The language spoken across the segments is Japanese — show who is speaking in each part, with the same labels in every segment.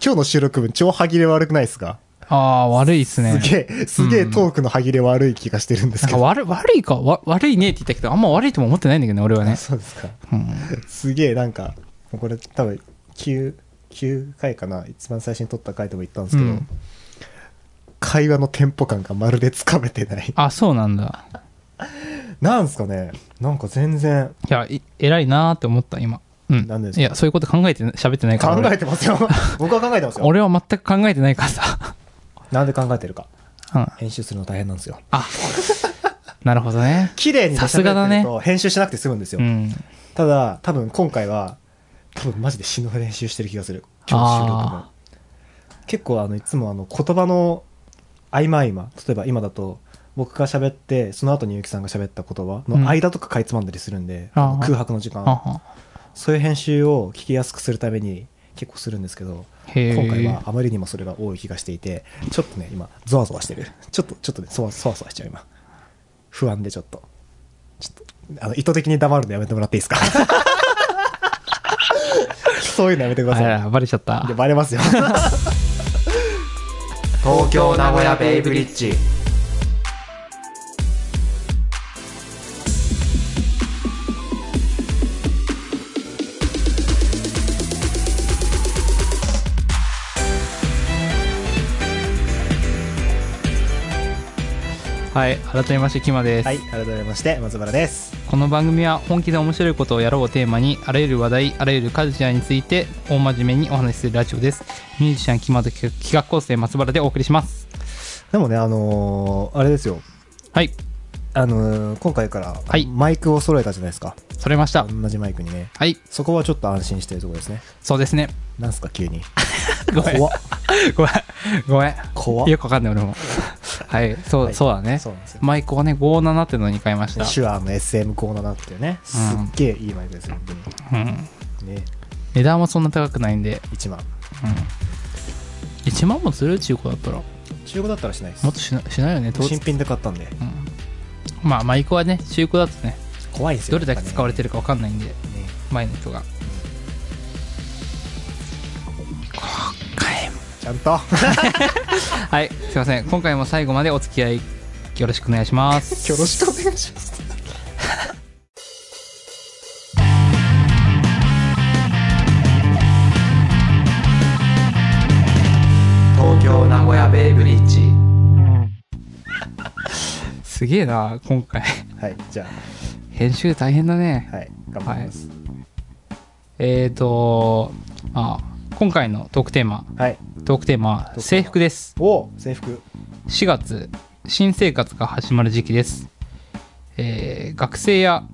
Speaker 1: 今日の収録分超歯切れ悪くないですか
Speaker 2: ああ、悪いっすね。
Speaker 1: すげえ、すげえトークの歯切れ悪い気がしてるんです
Speaker 2: なん
Speaker 1: け
Speaker 2: か
Speaker 1: ど。
Speaker 2: 悪悪いかわ悪いねって言ったけど、あんま悪いとも思ってないんだけどね、俺はね。
Speaker 1: そうですか。
Speaker 2: うん、
Speaker 1: すげえなんか、もうこれ多分9、9回かな、一番最初に撮った回でも言ったんですけど、
Speaker 2: うん
Speaker 1: 会話のテンポ感がまるでつかめてない。
Speaker 2: あ、そうなんだ。
Speaker 1: なんすかねなんか全然、
Speaker 2: いや、い偉いなーって思った、今。うん。
Speaker 1: 何です
Speaker 2: い
Speaker 1: か
Speaker 2: や、そういうこと考えてな喋ってないから。
Speaker 1: 考
Speaker 2: 俺
Speaker 1: えてます よ。僕は考えてますよ。
Speaker 2: 俺は全く考えてないからさ。
Speaker 1: なんで考えてるか。
Speaker 2: うん。
Speaker 1: 編集するの大変なんですよ。
Speaker 2: あ、なるほどね。
Speaker 1: 綺麗に
Speaker 2: さすがだ
Speaker 1: 喋
Speaker 2: ね
Speaker 1: ってると編集しなくて済むんですよ。
Speaker 2: うん。
Speaker 1: ただ、多分今回は、多分マジで死ぬほど練習してる気がする。今日の収録も
Speaker 2: あ。
Speaker 1: 結構あの、いつもあの、言葉の合間合間、例えば今だと、僕が喋って、その後にゆきさんが喋った言葉の間とかかいつまんだりするんで、
Speaker 2: あー
Speaker 1: 空白の時
Speaker 2: あ
Speaker 1: 間、
Speaker 2: は
Speaker 1: そういう編集を聞きやすくするために結構するんですけど、
Speaker 2: へえ。
Speaker 1: 今回は。あまりにもそれが多い気がしていて、ちょっとね、今、ゾワゾワしてる。ちょっと、ちょっとね、そわそわそわしちゃう、今。不安でちょっと。ちょっと、あの、意図的に黙るのやめてもらっていいですか そういうのやめてくだ
Speaker 2: あ
Speaker 1: さ
Speaker 2: ら、バレちゃった
Speaker 1: い。で、。バレますよ。
Speaker 3: 東京名古屋ベイブリッジ
Speaker 2: はい。改めまして、キマです。
Speaker 1: はい、改めまして、松原です。
Speaker 2: この番組は本気で面白いことをやろうをテーマにあらゆる話題あらゆるカルチャーについて大真面目にお話しするラジオですミュージシャン木まと企画構成松原でお送りします
Speaker 1: でもね、あのーあれですよ。
Speaker 2: はい
Speaker 1: あのー今回から、
Speaker 2: はい
Speaker 1: マイクを揃えたじゃないですか。
Speaker 2: それました
Speaker 1: 同じマイクにね。
Speaker 2: はい
Speaker 1: そこはちょっと安心してるところですね。
Speaker 2: そうですね
Speaker 1: なんすか、急に。
Speaker 2: ごめん
Speaker 1: 怖っ。
Speaker 2: ごめんごめん
Speaker 1: 怖っ
Speaker 2: よくわかんない俺 もはいそう,、
Speaker 1: はい
Speaker 2: そうだね
Speaker 1: そうなんですよ
Speaker 2: マイクはね57っていうのに変えました、
Speaker 1: シュアーの SM57 っていうね、す
Speaker 2: うん
Speaker 1: っげえいいマイクですよ、本
Speaker 2: うん、
Speaker 1: 当に。ね、
Speaker 2: 値段はそんな高くないんで、
Speaker 1: 1万。
Speaker 2: うん、1万もする中古だったらも
Speaker 1: 中古だったらしないで
Speaker 2: っとしなしないよね当
Speaker 1: す。新
Speaker 2: 然
Speaker 1: 品で買ったんで、
Speaker 2: まあマイクはね中古だとね
Speaker 1: 怖いんですよ。
Speaker 2: どれだけ使われて
Speaker 1: る
Speaker 2: るかわかんないんで前の人が
Speaker 1: ちゃんと、
Speaker 2: はいすいません今回も最後までお付き合いよろしくお願いします
Speaker 1: よろしくお願いします。
Speaker 3: 東京名古屋ベイブリッジ
Speaker 2: すげえな今回
Speaker 1: はい、じゃ
Speaker 2: 編集大変だね
Speaker 1: あ、はい、頑張ります。
Speaker 2: えーとあ今回のトークテーマ
Speaker 1: はい。
Speaker 2: トークテーマは
Speaker 1: ークテーマ
Speaker 2: 制服です
Speaker 1: お制服。
Speaker 2: 4月新生活が始まる時期です、えー学生や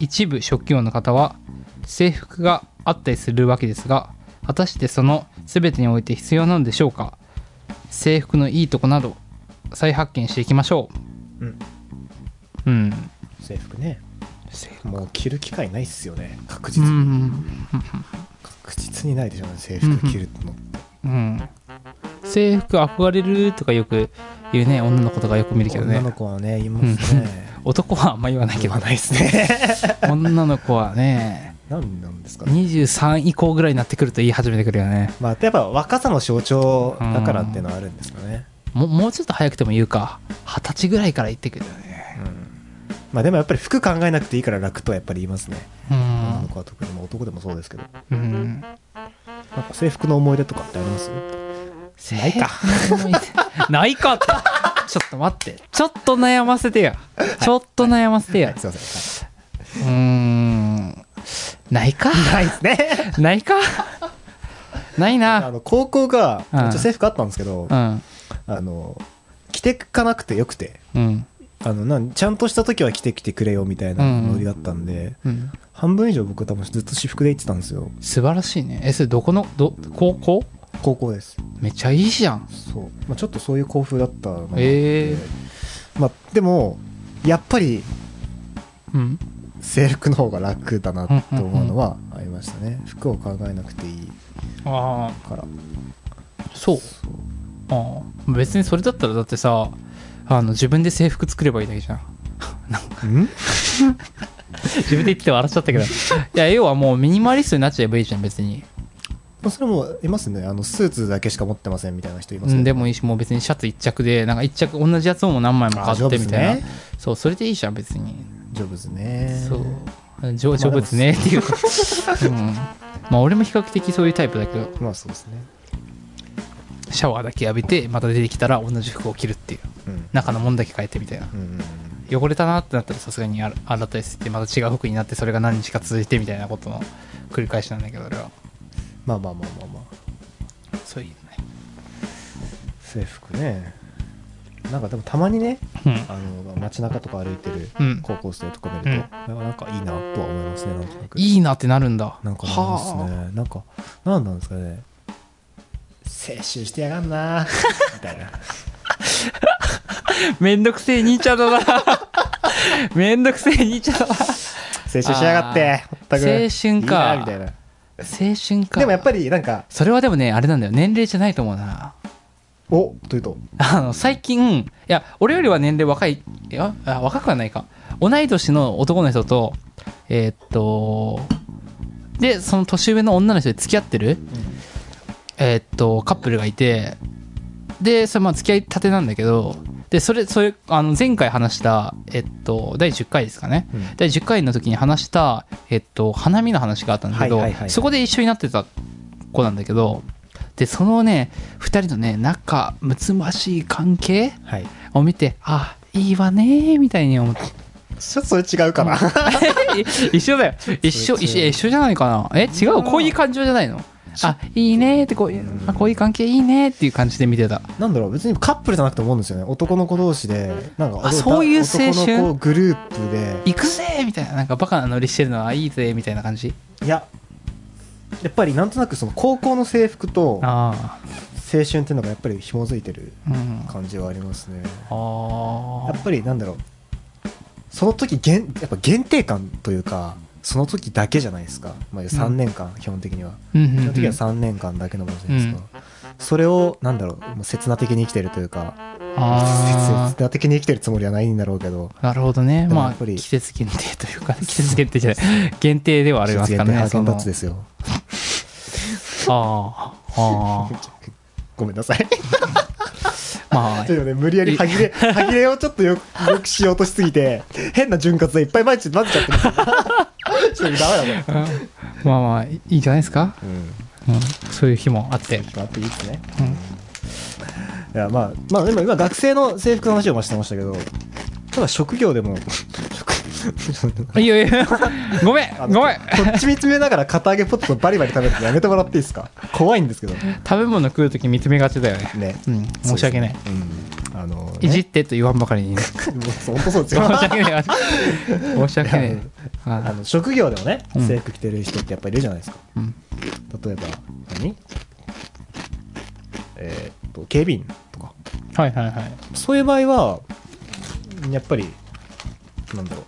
Speaker 2: 一部職業の方は制服があったりするわけですが果たしてその全てにおいて必要なのでしょうか制服のいいとこなど再発見していきましょう
Speaker 1: うん
Speaker 2: うん
Speaker 1: 制服ね。
Speaker 2: 制服
Speaker 1: もう着る機会ないっすよね。確
Speaker 2: う
Speaker 1: 実に。
Speaker 2: ん、
Speaker 1: 確実にないでしょうね、制服着るの。
Speaker 2: うん、制服憧れるとかよく言うね女の子とかよく見るけど
Speaker 1: 女の
Speaker 2: ね
Speaker 1: 子はね、言いますね。
Speaker 2: 男はあんま 言わないけ
Speaker 1: 言
Speaker 2: ど
Speaker 1: わないっすね。
Speaker 2: 女の子はね
Speaker 1: 何なんですかね。
Speaker 2: 23以降ぐらいになってくると言い始めてくるよね
Speaker 1: まあ、やっぱ若さの象徴だからっていうのはあるんですかね。
Speaker 2: ももうちょっと早くても言うか二十歳ぐらいから言ってくるよね
Speaker 1: まあでもやっぱり服考えなくていいから楽とはやっぱり言いますね。
Speaker 2: う
Speaker 1: 女の
Speaker 2: ん
Speaker 1: 子は特にまあ男でもそうですけど。
Speaker 2: うん
Speaker 1: なんか制服の思い出とかってありますないか
Speaker 2: 制服の思い出ないかって ちょっと待ってちょっと悩ませてやちょっと悩ませてや
Speaker 1: すいませ
Speaker 2: うーんないか
Speaker 1: ん。ないですね。
Speaker 2: ないかない
Speaker 1: あ
Speaker 2: な
Speaker 1: の、高校が、
Speaker 2: うん
Speaker 1: 一応制服あったんですけど
Speaker 2: う、ん
Speaker 1: あの、着てかなくてよくて、
Speaker 2: うん
Speaker 1: あの、なんちゃんとした時は着てきてくれよみたいな
Speaker 2: うん
Speaker 1: ノリだったんで、
Speaker 2: うん
Speaker 1: 半分以上僕多分ずっと私服で行ってたんですよ。
Speaker 2: 素晴らしいねえそれどこのど高校
Speaker 1: 高校です。
Speaker 2: めっちゃいいじゃん
Speaker 1: そう。まあちょっとそういう校風だったの
Speaker 2: ええ
Speaker 1: まあでも、やっぱり
Speaker 2: うん
Speaker 1: 制服の方が楽だなと思うのはありましたね。服を考えなくていい
Speaker 2: ああ
Speaker 1: から。
Speaker 2: そうああ別にそれだったらだってさあの自分で制服作ればいいだけじゃん
Speaker 1: うん
Speaker 2: 自分で言って笑っちゃったけどいや要はもうミニマリストになっちゃえばいいじゃん別に
Speaker 1: まあ、それもいますねあのスーツだけしか持ってませんみたいな人いま
Speaker 2: う
Speaker 1: すよね
Speaker 2: ん、でもいいしもう別にシャツ一着でなんか一着同じやつをもう何枚も買
Speaker 1: あジョ
Speaker 2: っ
Speaker 1: ブ
Speaker 2: て
Speaker 1: ズ
Speaker 2: みたいな、
Speaker 1: ね
Speaker 2: そうそれでいいじゃん別に、
Speaker 1: ジョブズね
Speaker 2: そう上手物ねってい うか、うん、まあ俺も比較的そういうタイプだけど
Speaker 1: まあそうですね
Speaker 2: シャワーだけ浴びてまた出てきたら同じ服を着るってい
Speaker 1: う
Speaker 2: う
Speaker 1: ん
Speaker 2: 中のもんだけ変えてみたいな
Speaker 1: うんうんうん
Speaker 2: 汚れたなってなったらさすがにあら洗ったりしてまた違う服になってそれが何日か続いてみたいなことの繰り返しなんだけど俺は
Speaker 1: まあまあまあまあまあ
Speaker 2: そういう
Speaker 1: 制服ねなんかでもたまにね
Speaker 2: ね
Speaker 1: あの街中とか歩いてる
Speaker 2: うん
Speaker 1: 高校生とか見ると、なんかいいなとは思いますねなんとなく
Speaker 2: うんいいなってなるんだ
Speaker 1: なんかなります
Speaker 2: はあ
Speaker 1: ねなんかなんなんですかね青春してやがんなみたいな
Speaker 2: めんどくせえ兄ちゃんだな めんどくせえ兄ちゃんだな
Speaker 1: 青春しやがって
Speaker 2: あー
Speaker 1: 全く
Speaker 2: 青春か
Speaker 1: いいなみたいな
Speaker 2: 青春か
Speaker 1: でもやっぱ
Speaker 2: り
Speaker 1: りなんか
Speaker 2: それはでもねあれなんだよ年齢じゃないと思うな
Speaker 1: おというと
Speaker 2: あの最近いや俺よりは年齢若いいやあ若くはないか同い年の男の人とえーっとでその年上の女の人で付き合ってる、えーっとカップルがいてでそれまあ付き合いたてなんだけどでそれそれあの前回話したえっと第10回ですかね、
Speaker 1: うん
Speaker 2: 第10回の時に話した、えっと、花見の話があったんだけど、
Speaker 1: はいはいはい
Speaker 2: そこで一緒になってた子なんだけどでそのね2人のね仲睦ましい関係
Speaker 1: はい
Speaker 2: を見てあいいわねーみたいに 思って
Speaker 1: ちょっとそれ違うかな、
Speaker 2: 一緒だよ一緒
Speaker 1: そいつ
Speaker 2: 一緒一緒じゃないかなえ違うこういう感情じゃないのあいいねーってこういう
Speaker 1: うん
Speaker 2: あこういう関係いいねーっていう感じで見てた
Speaker 1: なんだろう別にカップルじゃなくても思うんですよね男の子同士でなんか
Speaker 2: あそういう青春
Speaker 1: 男の子グループで
Speaker 2: 行くぜーみたいななんかバカなノリしてるのはいいぜーみたいな感じ
Speaker 1: いややっぱりなんとなくその高校の制服と青
Speaker 2: あ
Speaker 1: 春っていうのがやっぱり紐づいてる
Speaker 2: あうんあ
Speaker 1: 感じはありますね
Speaker 2: あ
Speaker 1: やっぱりなんだろうその時限やっぱ限定感というかその時だけじゃないですか、まあ、3年間、基本的には
Speaker 2: うんうん
Speaker 1: 基
Speaker 2: うん
Speaker 1: 本的には3年間だけのものじゃないですか、それをなんだろうもう刹那的に生きてるというか
Speaker 2: あ
Speaker 1: 刹那的に生きてるつもりはないんだろうけど
Speaker 2: あなるほどね
Speaker 1: でもや
Speaker 2: ま
Speaker 1: っぱ
Speaker 2: あ
Speaker 1: り
Speaker 2: 季節限定というか季節限定じゃない限定ではありますから
Speaker 1: 実
Speaker 2: ね
Speaker 1: 現でハー
Speaker 2: そ
Speaker 1: ゲン
Speaker 2: の
Speaker 1: ダッツですよ
Speaker 2: あああ
Speaker 1: ごめんな さい
Speaker 2: あまあ
Speaker 1: ちょっとね無理やり歯切れ歯切れをちょっとよくよくしようとしすぎて変な潤滑でいっぱい毎日 混ぜちゃってるちょっとダメだこれ、
Speaker 2: まあまあいいんじゃないですか、
Speaker 1: うん
Speaker 2: うん、そういう日もあって
Speaker 1: あっていいですね。
Speaker 2: うん
Speaker 1: いや、まあ、まあ、今、今学生の制服の話をまあしてましたけど、ただ職業でも、
Speaker 2: あいいよいいよごめん
Speaker 1: あの
Speaker 2: ごめん
Speaker 1: こっち見つめながら片揚げポテトバリバリ食べるのやめてもらっていいですか怖いんですけど。ね。
Speaker 2: 食べ物食う時見つめがちだよねうん申し訳ない、
Speaker 1: そうですねうん。あの、ね、
Speaker 2: いじってと言わんばかりに申し
Speaker 1: もうそう 本当そう ですよ。
Speaker 2: 訳ない申し訳ない
Speaker 1: いや
Speaker 2: あ
Speaker 1: あの職業でもね、
Speaker 2: うん
Speaker 1: 制服着てる人ってやっぱいるじゃないですか。
Speaker 2: うん
Speaker 1: 例えば、何えーっと、警備員とか。
Speaker 2: はいはいはい
Speaker 1: そういう場合は、やっぱり、なんだろう。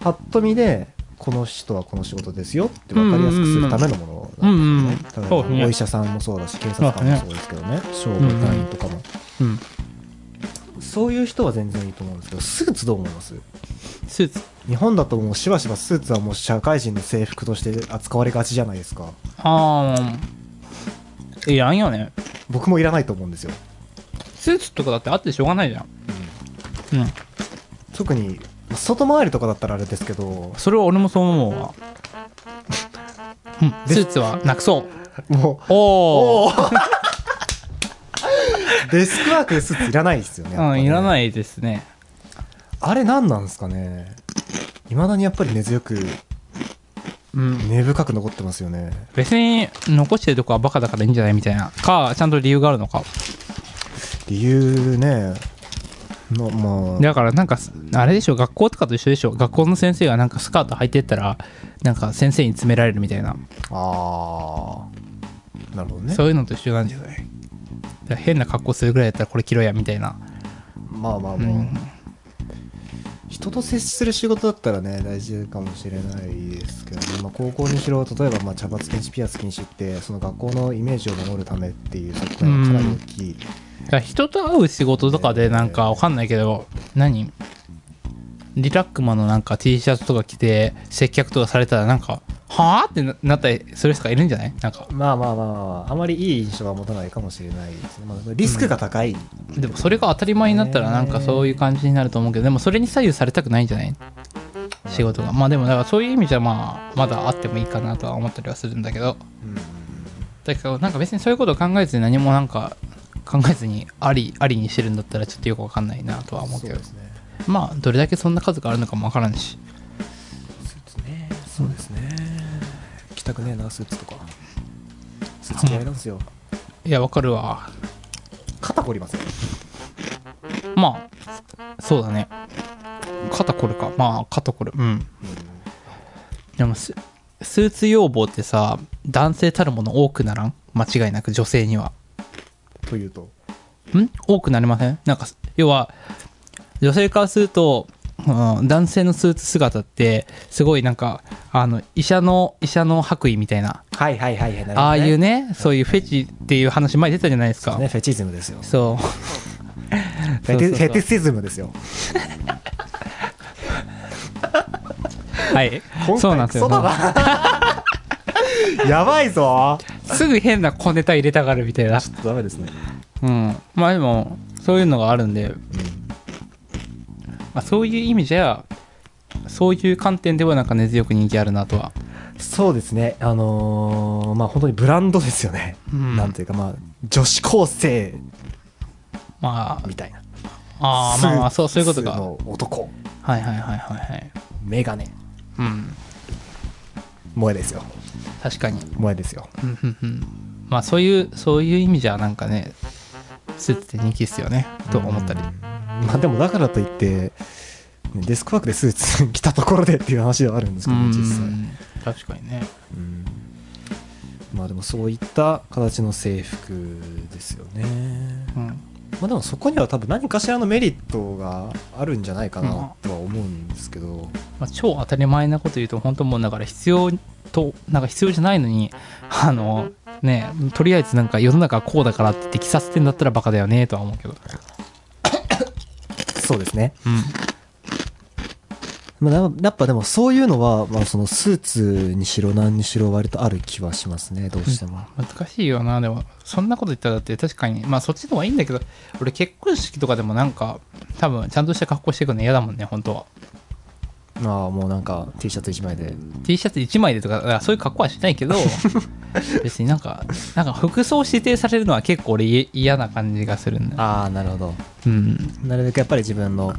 Speaker 1: パッと見で、この人はこの仕事ですよって分かりやすくするためのものなんですよね
Speaker 2: うんうんうんうんそうです
Speaker 1: 例え
Speaker 2: ね
Speaker 1: ばお医者さんもそうだし、警察官もそうですけどね、消防隊員とかも。
Speaker 2: うん
Speaker 1: そういう人は全然いいと思うんですけど、スーツどう思います
Speaker 2: スーツ
Speaker 1: 日本だともうしばしばスーツはもう社会人の制服として扱われがちじゃないですか。
Speaker 2: ああいらんよね
Speaker 1: 僕もいらないと思うんですよ。
Speaker 2: スーツとかだってあってしょうがないじゃんうん
Speaker 1: 特に、外回りとかだったらあれですけど、
Speaker 2: それは俺もそう思うわ、うん、
Speaker 1: で
Speaker 2: スーツはなくそう
Speaker 1: もう、
Speaker 2: おお
Speaker 1: おデスクワークでスーツいらないですよね。
Speaker 2: うんいら
Speaker 1: い。
Speaker 2: ないですね
Speaker 1: あれ何なんですかね。いまだにやっぱり根強く、
Speaker 2: うん
Speaker 1: 根深く残ってますよね。
Speaker 2: 別に残してるとこはバカだからいいんじゃないみたいなかちゃんと理由があるのか
Speaker 1: 理由ね。のまあ、
Speaker 2: だからなんかあれでしょ学校とかと一緒でしょ学校の先生がなんかスカート履いてったらなんか先生に詰められるみたいな、
Speaker 1: あーなるほどね。
Speaker 2: そういうのと一緒なんじゃないだから変な格好するぐらいだったらこれ着ろやみたいな
Speaker 1: まあまあ
Speaker 2: う
Speaker 1: まあ、
Speaker 2: ん
Speaker 1: 人と接する仕事だったらね、大事かもしれないですけどね、まあ、高校にしろ、例えばまあ茶髪禁止、ピアス禁止って、その学校のイメージを守るためっていう側面はかなり大きい。
Speaker 2: だから人と会う仕事とかでなんかわかんないけど、何リラックマのなんか T シャツとか着て接客とかされたらなんかはあってななったりする人がいるんじゃないなんか
Speaker 1: まあまあまあまあまあ、あまりいい印象は持たないかもしれないですね。まあ、リスクが高い、
Speaker 2: でもそれが当たり前になったらなんかそういう感じになると思うけどでもそれに左右されたくないんじゃない仕事がまあでもだからそういう意味じゃまあまだあってもいいかなとは思ったりはするんだけど
Speaker 1: うん
Speaker 2: だけどなんか別にそういうことを考えずに何もなんか考えずにありありにしてるんだったらちょっとよくわかんないなとは思う
Speaker 1: そう
Speaker 2: けど
Speaker 1: ですね。
Speaker 2: まあどれだけそんな数があるのかもわからんし
Speaker 1: スーツね。そうですね。着たくねえな、スーツとか。スーツ嫌いなんですよ。
Speaker 2: いやわかるわ
Speaker 1: 肩こりますよ。
Speaker 2: まあそうだね肩こるかまあ肩こるうんでもススーツ要望ってさ男性たるもの多くならん間違いなく女性には
Speaker 1: というと。
Speaker 2: ん多くなりませんなんか要は女性からすると、うん男性のスーツ姿ってすごいなんかあの医者の医者の白衣みたいな
Speaker 1: はいはいはいはい。なるほどね
Speaker 2: ああいう。ねそういうフェチっていう話前に出たじゃないですか
Speaker 1: ね、フェチズムですよ。フ
Speaker 2: そう
Speaker 1: ェテ
Speaker 2: そうそうそう
Speaker 1: フェティシズムですよ。
Speaker 2: はいそうなんですよ
Speaker 1: 今回クソだな。 やばいぞ。
Speaker 2: すぐ変な小ネタ入れたがるみたいな
Speaker 1: ちょっとダメですね。
Speaker 2: うんまあでもそういうのがあるんで、まあ、そういう意味じゃそういう観点ではなんか根強く人気あるなとは
Speaker 1: そうですね。あのーまあ本当にブランドですよね。
Speaker 2: うん
Speaker 1: なんていうかまあ、女子高生
Speaker 2: まあ
Speaker 1: みたいな。
Speaker 2: あー
Speaker 1: スー
Speaker 2: まあまあそうそういうことか
Speaker 1: スー
Speaker 2: は
Speaker 1: の男、
Speaker 2: いはいはいはいはい
Speaker 1: メガネ、
Speaker 2: うん
Speaker 1: 萌えですよ。
Speaker 2: 確かに
Speaker 1: 萌えですよ。
Speaker 2: うんうんうんまあそういうそういう意味じゃなんかねスーツって人気っすよねと思ったり
Speaker 1: まあでもだからといって、ねデスクワークでスーツ着たところでっていう話ではあるんです
Speaker 2: う
Speaker 1: けど、
Speaker 2: ん
Speaker 1: 実際。
Speaker 2: 確かにね
Speaker 1: うんまあでもそういった形の制服ですよね。
Speaker 2: うん
Speaker 1: まあでもそこには多分何かしらのメリットがあるんじゃないかなとは思うんですけど、
Speaker 2: まあ、超当たり前なこと言うと本当もうだから必要となんか必要じゃないのにあのねとりあえずなんか世の中はこうだからって言って着させてんだったらバカだよねとは思うけど
Speaker 1: そうですね。
Speaker 2: うん
Speaker 1: まあ、ややっぱでもそういうのは、まあ、そのスーツにしろ何にしろ割とある気はしますねどうしても、
Speaker 2: 難しいよなでもそんなこと言ったらだって確かにまあそっちの方がいいんだけど俺結婚式とかでもなんか多分ちゃんとした格好してくの嫌だもんね本当は
Speaker 1: ああもうなんか T シャツ1枚で
Speaker 2: T シャツ1枚でとかだからそういう格好はしない けど別になんかなんか服装指定されるのは結構俺い嫌な感じがするんだよ
Speaker 1: ああなるほど
Speaker 2: うん
Speaker 1: なるべくやっぱり自分の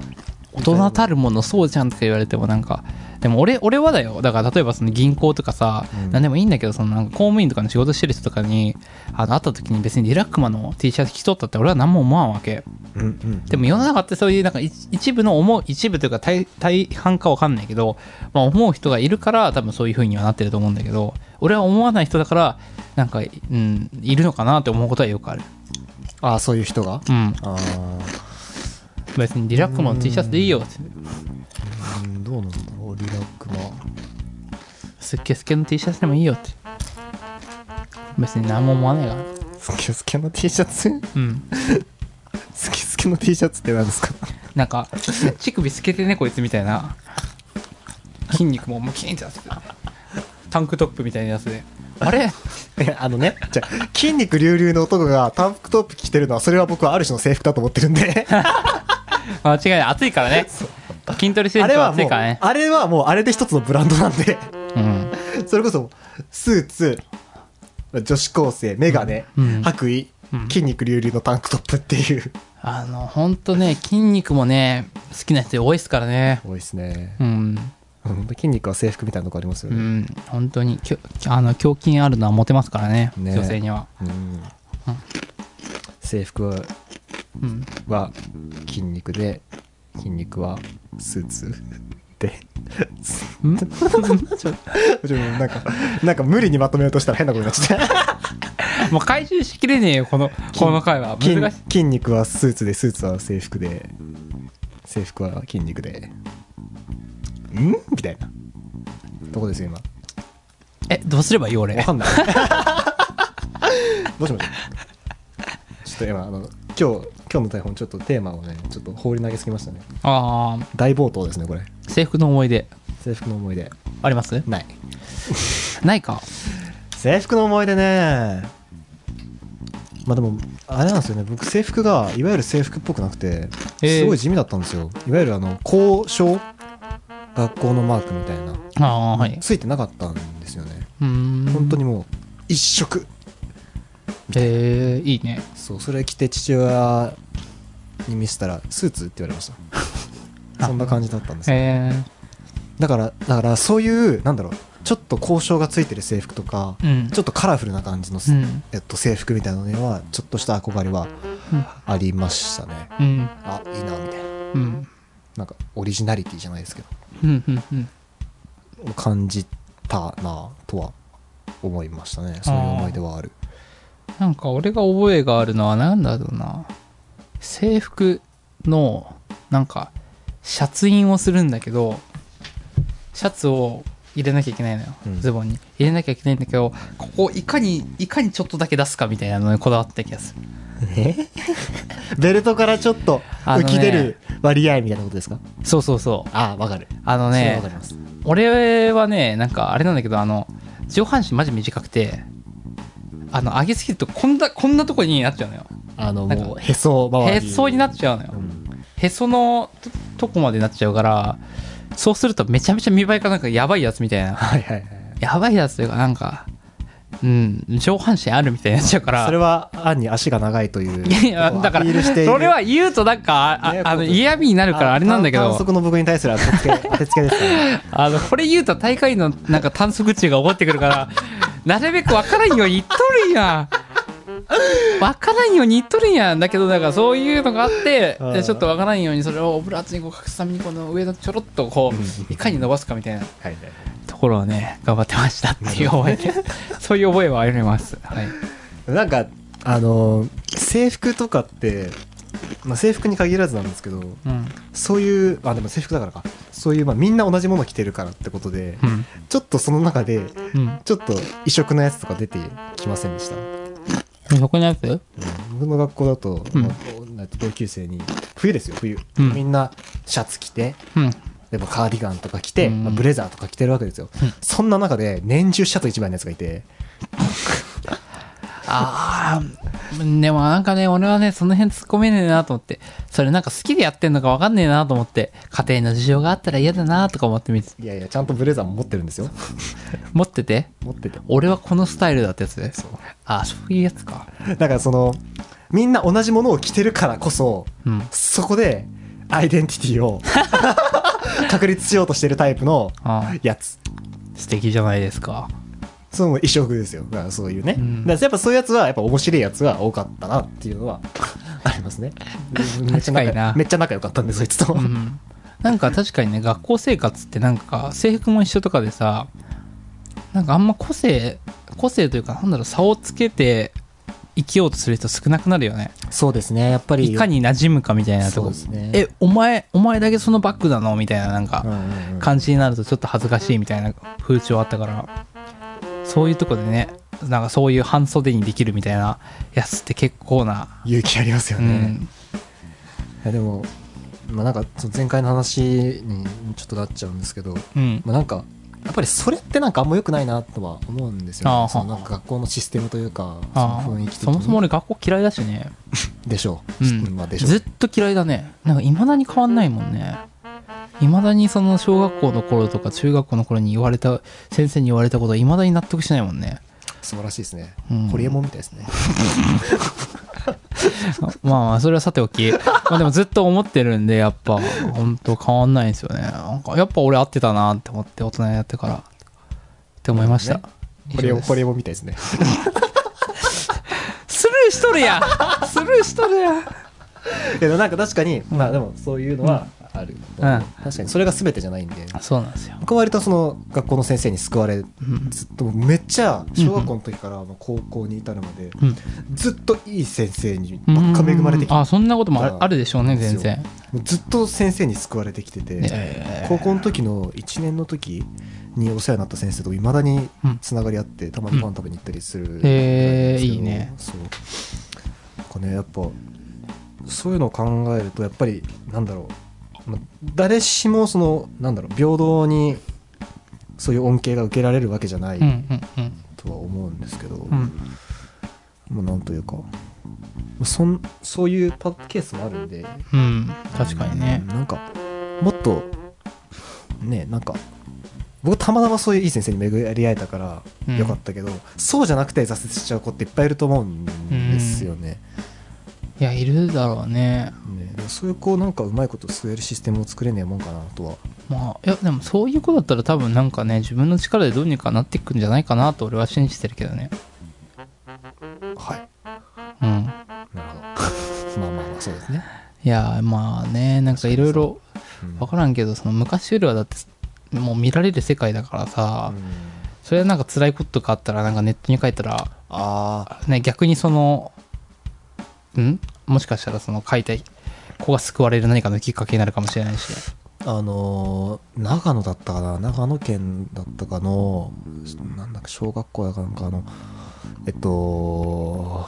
Speaker 2: 大人たるものそうじゃんとか言われてもなんかでも俺俺はだよだから例えばその銀行とかさ、
Speaker 1: うん
Speaker 2: 何でもいいんだけどそのなんか公務員とかの仕事してる人とかにあの会った時に別にリラックマの T シャツ着とったって俺は何も思わんわけ
Speaker 1: うんうん
Speaker 2: でも世の中ってそういうなんか一一部の思う一部というか大大半かわかんないけど、まあ、思う人がいるから多分そういう風にはなってると思うんだけど俺は思わない人だからなんか、うん、いるのかなって思うことはよくある
Speaker 1: ああそういう人が
Speaker 2: うん
Speaker 1: あ
Speaker 2: 別にリラックマの T シャツでいいよって
Speaker 1: あうんどうなんだろうリラックマ
Speaker 2: すっけすけの T シャツでもいいよって別に何も思わないが
Speaker 1: スケスケの T シャツ
Speaker 2: うん
Speaker 1: スケスケの T シャツって何ですか
Speaker 2: なんか乳首透けてねこいつみたいな筋肉もムキーンってなっててタンクトップみたいなやつであれ
Speaker 1: い やあのねじゃあ筋肉隆々の男がタンクトップ着てるのはそれは僕はある種の制服だと思ってるん であ
Speaker 2: 間違いない暑いからね筋トレしてる
Speaker 1: れ
Speaker 2: 人は
Speaker 1: はも
Speaker 2: 暑
Speaker 1: う
Speaker 2: いからね
Speaker 1: あれはもうあれで一つのブランドなん で
Speaker 2: うん
Speaker 1: それこそ、スーツ、女子高生、メガネ、
Speaker 2: うん
Speaker 1: 白衣、
Speaker 2: うん
Speaker 1: 筋肉隆々のタンクトップっていう。
Speaker 2: あのほんとね筋肉もね好きな人多いですからね
Speaker 1: 多いですね。
Speaker 2: うん
Speaker 1: 本当筋肉は制服みたいなとこありますよ
Speaker 2: う
Speaker 1: ね。
Speaker 2: ん本当にきょあの胸筋あるのはモテますからね
Speaker 1: ね
Speaker 2: 女性には
Speaker 1: うん制服は
Speaker 2: うん
Speaker 1: は筋肉で、筋肉はスーツで。
Speaker 2: ん
Speaker 1: ちょっとなんか、なんか無理にまとめようとしたら変なことになっちゃった。
Speaker 2: もう回収しきれねえよこのこの回は
Speaker 1: 筋
Speaker 2: 難しい
Speaker 1: 筋肉はスーツで、スーツは制服で、制服は筋肉で。んみたいな。どこですよ、今。
Speaker 2: えどうすればいい俺
Speaker 1: わかん ない。どうしましょう。ちょっと今、あの、今日、今日の台本、ちょっとテーマをね、ちょっと放り投げすぎましたね。
Speaker 2: ああ
Speaker 1: 大冒頭ですね、これ。
Speaker 2: 制服の思い出
Speaker 1: 制服の思い出。
Speaker 2: あります
Speaker 1: ない。
Speaker 2: ないか
Speaker 1: 制服の思い出ねまあでもあれなんですよね僕制服がいわゆる制服っぽくなくて
Speaker 2: えー
Speaker 1: すごい地味だったんですよ、いわゆるあの校章学校のマークみたいな
Speaker 2: ああはい
Speaker 1: ついてなかったんですよね
Speaker 2: うーん
Speaker 1: 本当
Speaker 2: に
Speaker 1: にもう一色
Speaker 2: えー、いいね
Speaker 1: そうそれ着て父親に見せたらスーツって言われました そんな感じだったんですよ
Speaker 2: え
Speaker 1: だからだからそういうなんだろうちょっと交渉がついてる制服とか
Speaker 2: ー、うん
Speaker 1: ちょっとカラフルな感じの
Speaker 2: う
Speaker 1: す、
Speaker 2: ん
Speaker 1: えっと、制服みたいなのにはちょっとした憧れはありましたね
Speaker 2: うん
Speaker 1: あいいなみたいな
Speaker 2: うん
Speaker 1: なんかオリジナリティじゃないですけ
Speaker 2: うんうんうん
Speaker 1: ど感じたなとは思いましたねそういう思い出はある
Speaker 2: なんか俺が覚えがあるのはなんだろうな制服のなんかシャツインをするんだけどシャツを入れなきゃいけないのよ、
Speaker 1: うん
Speaker 2: ズボンに入れなきゃいけないんだけどここをいかにいかにちょっとだけ出すかみたいなのにこだわった気がする
Speaker 1: ベルトからちょっと
Speaker 2: あのね
Speaker 1: 浮き出る割合みたいなことですか
Speaker 2: そうそうそう
Speaker 1: ああわかる
Speaker 2: あの
Speaker 1: それは
Speaker 2: ね
Speaker 1: わかります
Speaker 2: 俺はねなんかあれなんだけどあの上半身マジ短くてあの上げすぎるとこんなこんなとこになっちゃうのよ
Speaker 1: あの
Speaker 2: なんか
Speaker 1: もうへそ周り
Speaker 2: へそになっちゃうのよ、
Speaker 1: うん
Speaker 2: へそのととこまでなっちゃうからそうするとめちゃめちゃ見栄えがなんかやばいやつみた いな
Speaker 1: はいはいはい
Speaker 2: やばいやつというかなんかうん上半身あるみたいになっちゃうから
Speaker 1: それは案に足が長いという
Speaker 2: い やいやだから
Speaker 1: アピールしている
Speaker 2: それは言うとなんかあ
Speaker 1: ね
Speaker 2: ああ
Speaker 1: こ
Speaker 2: の
Speaker 1: うそう
Speaker 2: 嫌味になるからあれなんだけ
Speaker 1: 反
Speaker 2: ど
Speaker 1: 反則の僕に対する当てつけ当てつけですから ね
Speaker 2: あのこれ言うと大会のなんか短足中が怒ってくるからなるべく分からんように言っとるんや分からんように言っとるんやだけどだからそういうのがあって
Speaker 1: うん
Speaker 2: でちょっと分からんようにそれをオブラーツにこう隠すためにこの上のちょろっとこういかに伸ばすかみたいな
Speaker 1: はいはい
Speaker 2: ところをね頑張ってましたっていう覚えで そういう覚えはありますはい
Speaker 1: なんかあの制服とかって、まあ、制服に限らずなんですけど
Speaker 2: うん
Speaker 1: そういうあでも制服だからかそういう、まあ、みんな同じもの着てるからってことで
Speaker 2: うん
Speaker 1: ちょっとその中で
Speaker 2: うん
Speaker 1: ちょっと異色のやつとか出てきませんでした、うん
Speaker 2: そこにあって
Speaker 1: 僕の学校だと、
Speaker 2: うん
Speaker 1: まあ同級生に冬ですよ冬、
Speaker 2: うん
Speaker 1: みんなシャツ着て
Speaker 2: うん
Speaker 1: でもカーディガンとか着て、
Speaker 2: うん
Speaker 1: まあブレザーとか着てるわけですよ、
Speaker 2: うん
Speaker 1: そんな中で年中シャツ一枚のやつがいて
Speaker 2: ああ、でもなんかね、俺はね、その辺突っ込めねえなと思って、それなんか好きでやってんのかわかんねえなと思って、家庭の事情があったら嫌だなとか思って見て、
Speaker 1: いやいやちゃんとブレザーも持ってるんですよ
Speaker 2: 持ってて、
Speaker 1: 持ってて
Speaker 2: 俺はこのスタイルだってやつで。ああ、そういうやつか。
Speaker 1: だからそのみんな同じものを着てるからこそ
Speaker 2: うん。
Speaker 1: そこでアイデンティティ を確立しようとしてるタイプの
Speaker 2: ああ、
Speaker 1: やつ
Speaker 2: 素敵じゃないです か。
Speaker 1: その異色ですよだからそういうね、
Speaker 2: うん
Speaker 1: だからやっぱそういうやつはやっぱ面白いやつは多かったなっていうのは ありますねめっちゃ
Speaker 2: 確かにな
Speaker 1: 仲めっちゃ仲良かったんでそいつと、
Speaker 2: うん。なんか確かにね、学校生活ってなんか、制服も一緒とかでさ、なんかあんま個性、個性というか、なんだろう、差をつけて生きようとする人少なくなるよね。
Speaker 1: そうですねやっぱり
Speaker 2: いかに馴染むかみたいなと
Speaker 1: そう
Speaker 2: こ
Speaker 1: ですね
Speaker 2: えお前お前だけそのバッグなのみたいななん
Speaker 1: うん
Speaker 2: か
Speaker 1: うんうん
Speaker 2: 感じになるとちょっと恥ずかしいみたいな風潮あったからそういうとこでねなんかそういう半袖にできるみたいなやつって結構な、
Speaker 1: 勇気ありますよ
Speaker 2: う
Speaker 1: ね、
Speaker 2: ん、
Speaker 1: いやでも、まあ、なんかその前回の話にちょっとなっちゃうんですけど、
Speaker 2: うん
Speaker 1: まあ、なんかやっぱりそれってなんかあんま良くないなとは思うんですよ
Speaker 2: あ
Speaker 1: ね
Speaker 2: あ
Speaker 1: そのなんか学校のシステムというかそ
Speaker 2: あ
Speaker 1: の雰囲
Speaker 2: ー
Speaker 1: 気的に
Speaker 2: そもそも俺学校嫌いだしね、
Speaker 1: でしょ
Speaker 2: う
Speaker 1: う、
Speaker 2: ん
Speaker 1: まあ、でしょう
Speaker 2: ずっと嫌いだねなんかいまだに変わんないもんねいまだにその小学校の頃とか中学校の頃に言われた先生に言われたことはいまだに納得しないもんね
Speaker 1: 素晴らしいですね、
Speaker 2: うん
Speaker 1: ホリエモンみたいですね
Speaker 2: あ まあまあそれはさておきまあでもずっと思ってるんでやっぱ本当変わんないんですよねなんかやっぱ俺合ってたなって思って大人になってからって思いました、
Speaker 1: ねホリエモン
Speaker 2: こ
Speaker 1: ホリ
Speaker 2: れ
Speaker 1: エモンみたいですね
Speaker 2: スルーしとるやん スルーしとるやん
Speaker 1: いやでもなんか確かに、まあでもそういうのはある、
Speaker 2: う
Speaker 1: 確
Speaker 2: ん
Speaker 1: かにそれが全てじゃないんで
Speaker 2: そうなんですよ
Speaker 1: 僕は割とその学校の先生に救われ
Speaker 2: うん
Speaker 1: ずっとめっちゃ小学校の時からまあ高校に至るまで、
Speaker 2: うん
Speaker 1: ずっといい先生にばっか恵まれてきて
Speaker 2: あそんなこともあ
Speaker 1: あ
Speaker 2: あるでしょうね全然
Speaker 1: もうずっと先生に救われてきてて、
Speaker 2: え
Speaker 1: 高校の時の1年の時にお世話になった先生といまだにつながりあって、たまにご飯食べに行ったりするぐらいなんですけど
Speaker 2: へーいいね
Speaker 1: そうなんかねやっぱそういうのを考えるとやっぱりなんだろうま誰しもそのなんだろう平等にそういう恩恵が受けられるわけじゃない
Speaker 2: うんうんうん
Speaker 1: とは思うんですけど、
Speaker 2: う
Speaker 1: も
Speaker 2: ん
Speaker 1: うなんというかそんそういうパケースもあるんで
Speaker 2: うん確かにね
Speaker 1: うんなんかもっとねなんか僕たまたまそういういい先生に巡り会えたか
Speaker 2: うん
Speaker 1: らよかったけど、そうじゃなくて挫折しちゃう子っていっぱいいると思うんですよね。
Speaker 2: いやいるだろうね
Speaker 1: ねだからそういう子をなんかうまいこと吸えるシステムを作れねえもんかなとは
Speaker 2: まあいやでもそういう子だったら多分なんかね自分の力でどうにかなっていくんじゃないかなと俺は信じてるけどね
Speaker 1: はい
Speaker 2: うん
Speaker 1: なる ほどまあまあまあそうですね。
Speaker 2: いやまあねなんかいろいろ
Speaker 1: うん
Speaker 2: 分からんけどその昔よりはだってもう見られる世界だからさ、それはなんか辛いこととかあったらなんかネットに書いたら
Speaker 1: ああ
Speaker 2: ね逆にそのんもしかしたらその書いた子が救われる何かのきっかけになるかもしれないし
Speaker 1: あのー長野だったかな長野県だったかのなんだか小学校やかなんかのえっと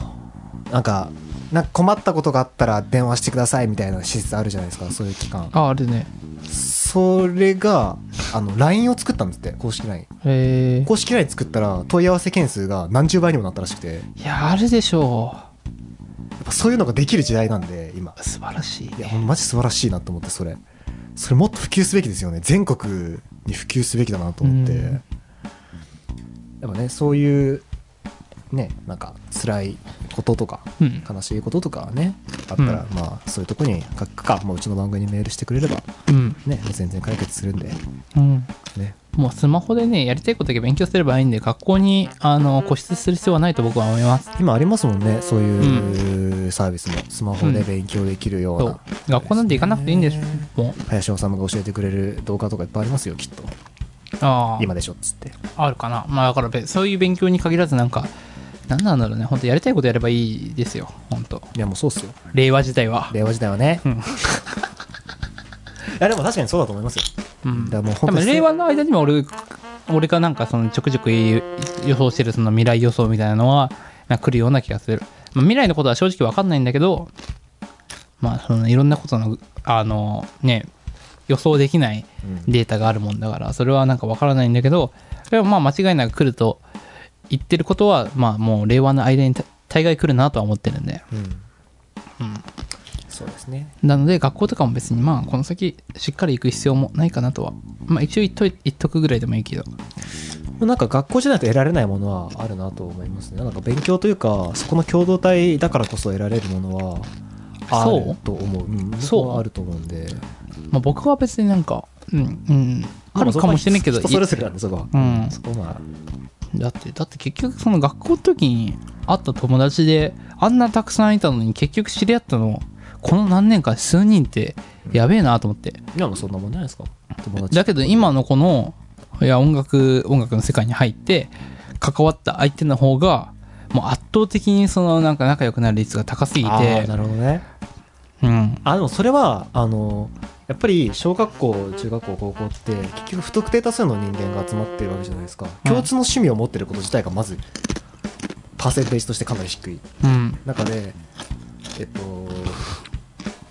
Speaker 1: なんかなんか困ったことがあったら電話してくださいみたいな施設あるじゃないですかそういう機関
Speaker 2: あああれね
Speaker 1: それがあの LINE を作ったんですって公式 LINE
Speaker 2: え
Speaker 1: 公式 LINE 作ったら問い合わせ件数が何十倍にもなったらしくてや
Speaker 2: ー、いやあるでしょ
Speaker 1: っぱそういうのができる時代なんで今
Speaker 2: う素晴らしい
Speaker 1: いや、ほんとマジ素晴らしいなと思って、それ。それもっと普及すべきですよね。全国に普及すべきだなと思って。
Speaker 2: うん
Speaker 1: やっぱね、そういう、ね、なんか、辛いこととか、
Speaker 2: うん
Speaker 1: 悲しいこととかね、あったら、
Speaker 2: う
Speaker 1: まあ、そういうとこに書くか、もううちの番組にメールしてくれれば、
Speaker 2: うん、
Speaker 1: ね、全然解決するんで、
Speaker 2: うん、
Speaker 1: ね。
Speaker 2: もうスマホでねやりたいことだけ勉強すればいいんで学校にあの固執する必要はないと僕は思います
Speaker 1: 今ありますもんね、そういうサービスも、スマホで勉強できるような。
Speaker 2: そう学校なんて行かなくていいんですもう
Speaker 1: 林修が教えてくれる動画とかいっぱいありますよ、きっと。
Speaker 2: ああ
Speaker 1: 今でしょっつって。
Speaker 2: あるかなまあだからべそういう勉強に限らずなんか何なんだろうね本当やりたいことやればいいですよ本当
Speaker 1: いや、もうそうっすよ。
Speaker 2: 令和時代は
Speaker 1: 令和時代はね。
Speaker 2: うん
Speaker 1: いや、でも確かにそうだと思いますよ。
Speaker 2: うん
Speaker 1: だからもう
Speaker 2: 多
Speaker 1: 本当
Speaker 2: 分
Speaker 1: に。
Speaker 2: 令和の間にも俺俺がなんかそのちょくちょく言う予想してるその未来予想みたいなのはなんか来るような気がする、まあ、未来のことは正直わかんないんだけどまあそのいろんなことのあのね予想できない
Speaker 1: うん
Speaker 2: データがあるもんだからそれはなんかわからないんだけどでもまあ間違いなく来ると言ってることはまあもう令和の間にた大概来るなとは思ってるんで
Speaker 1: うん。そうですね。
Speaker 2: なので学校とかも別にまあこの先しっかり行く必要もないかなとはまあ一応言っとい言っとくぐらいでもいいけど
Speaker 1: もうなんか学校じゃないと得られないものはあるなと思いますね。なんか勉強というか、そこの共同体だからこそ得られるものは、あ
Speaker 2: そう
Speaker 1: ると思う。うん、
Speaker 2: そう
Speaker 1: 僕はあると思うんで。
Speaker 2: まあ、僕は別になんか、うん、うん、あるかもしれないけど、
Speaker 1: まあそこは人それぞれなんで、そこは。
Speaker 2: うん
Speaker 1: そこはまあ、
Speaker 2: いだって、だって結局、その学校の時に会った友達で、あんなたくさんいたのに、結局知り合ったの、この何年か数人って、やべえなと思って。
Speaker 1: 今もそんなもんじゃないですか。友達。
Speaker 2: だけど、今のこの、いや、音楽、音楽の世界に入って、関わった相手の方が、もう圧倒的にそのなんか仲良くなる率が高すぎ
Speaker 1: あー
Speaker 2: て
Speaker 1: な、るほどね。
Speaker 2: うん、
Speaker 1: あでもそれはあのやっぱり小学校中学校高校って結局不特定多数の人間が集まってるわけじゃないですか、
Speaker 2: うん
Speaker 1: 共通の趣味を持ってること自体がまずパーセンテージとしてかなり低い
Speaker 2: うん、
Speaker 1: 中でえっと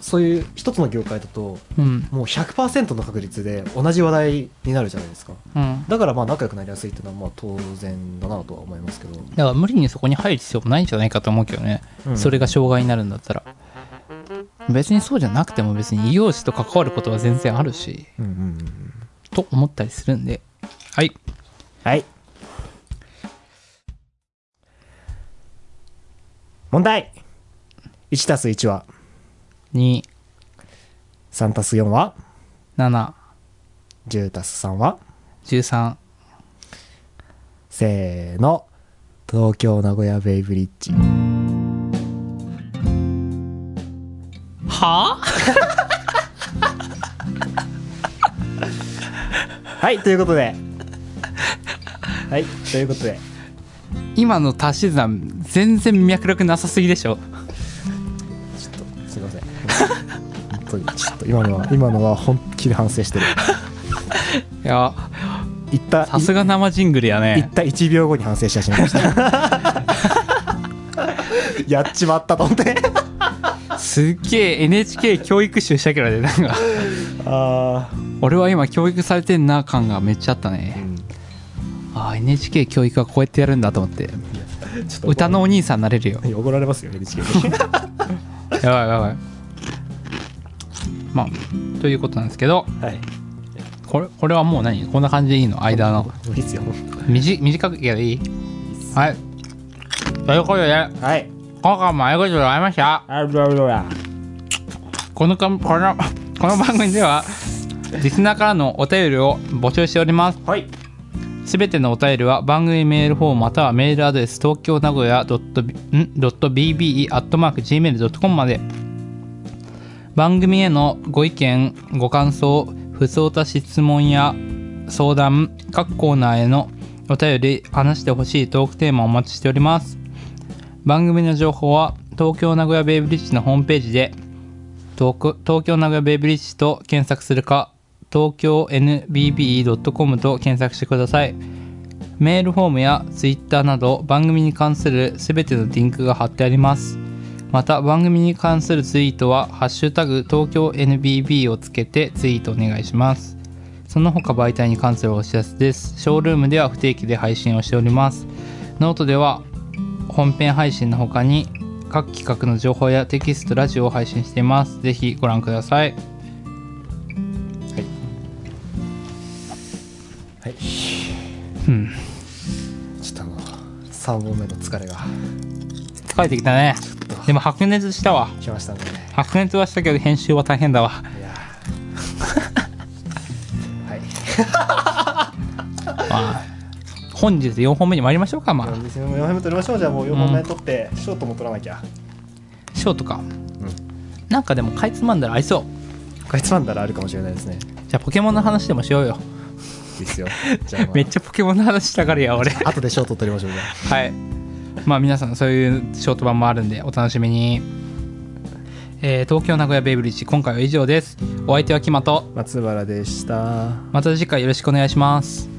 Speaker 1: そういう一つの業界だと
Speaker 2: うん、
Speaker 1: もう100%の確率で同じ話題になるじゃないですか
Speaker 2: うん。
Speaker 1: だからまあ仲良くなりやすいっていうのはまあ当然だなとは思いますけど、
Speaker 2: だから無理にそこに入る必要もないんじゃないかと思うけどね、
Speaker 1: うん
Speaker 2: それが障害になるんだったら別にそうじゃなくても別に異業種と関わることは全然あるし
Speaker 1: うんうんうん、
Speaker 2: と思ったりするんではい
Speaker 1: はい問題 1+1 は
Speaker 2: 273
Speaker 1: 3たす4は10たす3は
Speaker 2: 13
Speaker 1: せーの東京名古屋ベイブリッジ
Speaker 2: はあ
Speaker 1: はいということではいということで
Speaker 2: 今の足し算全然脈絡なさすぎでしょ
Speaker 1: ちょっとすいません本当にちょっと今のは今のは本気で反省してる
Speaker 2: いや
Speaker 1: いった
Speaker 2: さすが生ジングルや
Speaker 1: いっ
Speaker 2: ね
Speaker 1: た1秒後に反省してしまいましたやっちまったと思って
Speaker 2: すっげえ NHK 教育集したけどねなんか
Speaker 1: ああ
Speaker 2: 俺は今教育されてんな感がめっちゃあったね
Speaker 1: うん
Speaker 2: NHK 教育はこうやってやるんだと思って
Speaker 1: ちょっと
Speaker 2: 歌のお兄さんになれるよ
Speaker 1: 怒られますよ NHK に
Speaker 2: やばいやばいまあということなんですけど
Speaker 1: はい
Speaker 2: これこれはもう何こんな感じでいいの間の
Speaker 1: もういいっすよ
Speaker 2: みじ短くけどいいはいということで
Speaker 1: はい
Speaker 2: 今回もありがとうございました
Speaker 1: あるあるあ
Speaker 2: このかんこのこの番組ではリスナーからのお便りを募集しております
Speaker 1: はい
Speaker 2: すべてのお便りは番組メールフォームまたはメールアドレス東京名古屋 .bb.gmail.com まで番組へのご意見ご感想不相た質問や相談各コーナーへのお便り話してほしいトークテーマをお待ちしております番組の情報は東京名古屋ベイブリッジのホームページで東く東京名古屋ベイブリッジと検索するか東京 NBB.com と検索してくださいメールフォームや Twitter など番組に関するすべてのリンクが貼ってありますまた番組に関するツイートは「ハッシュタグ東京 NBB」をつけてツイートお願いしますその他媒体に関するお知らせですショールームでは不定期で配信をしておりますノートでは本編配信の他に各企画の情報やテキストラジオを配信していますぜひご覧ください
Speaker 1: はい
Speaker 2: うん
Speaker 1: ちょっとあの3本目の疲れが
Speaker 2: 疲れてきたねでも白熱したわ
Speaker 1: 来ましたね
Speaker 2: 白熱はしたけど編集は大変だわ
Speaker 1: いやー はい
Speaker 2: まあ本日4本目に参りましょうかまあ
Speaker 1: 4本目取りましょうじゃあもう4本目取って、ショートも取らなきゃ
Speaker 2: ショートか、なんかでもかいつまんだら合いそう
Speaker 1: こいつまんだらあるかもしれないですね
Speaker 2: じゃあポケモンの話でもしようよ
Speaker 1: いいっすよじゃあ、まあ、
Speaker 2: めっちゃポケモンの話したがるや俺
Speaker 1: ゃ後でショート取りましょうじゃ
Speaker 2: はいまあ皆さんそういうショート版もあるんでお楽しみにえー東京名古屋ベイブリッジ今回は以上ですお相手はキマと
Speaker 1: あ松原でした
Speaker 2: また次回よろしくお願いします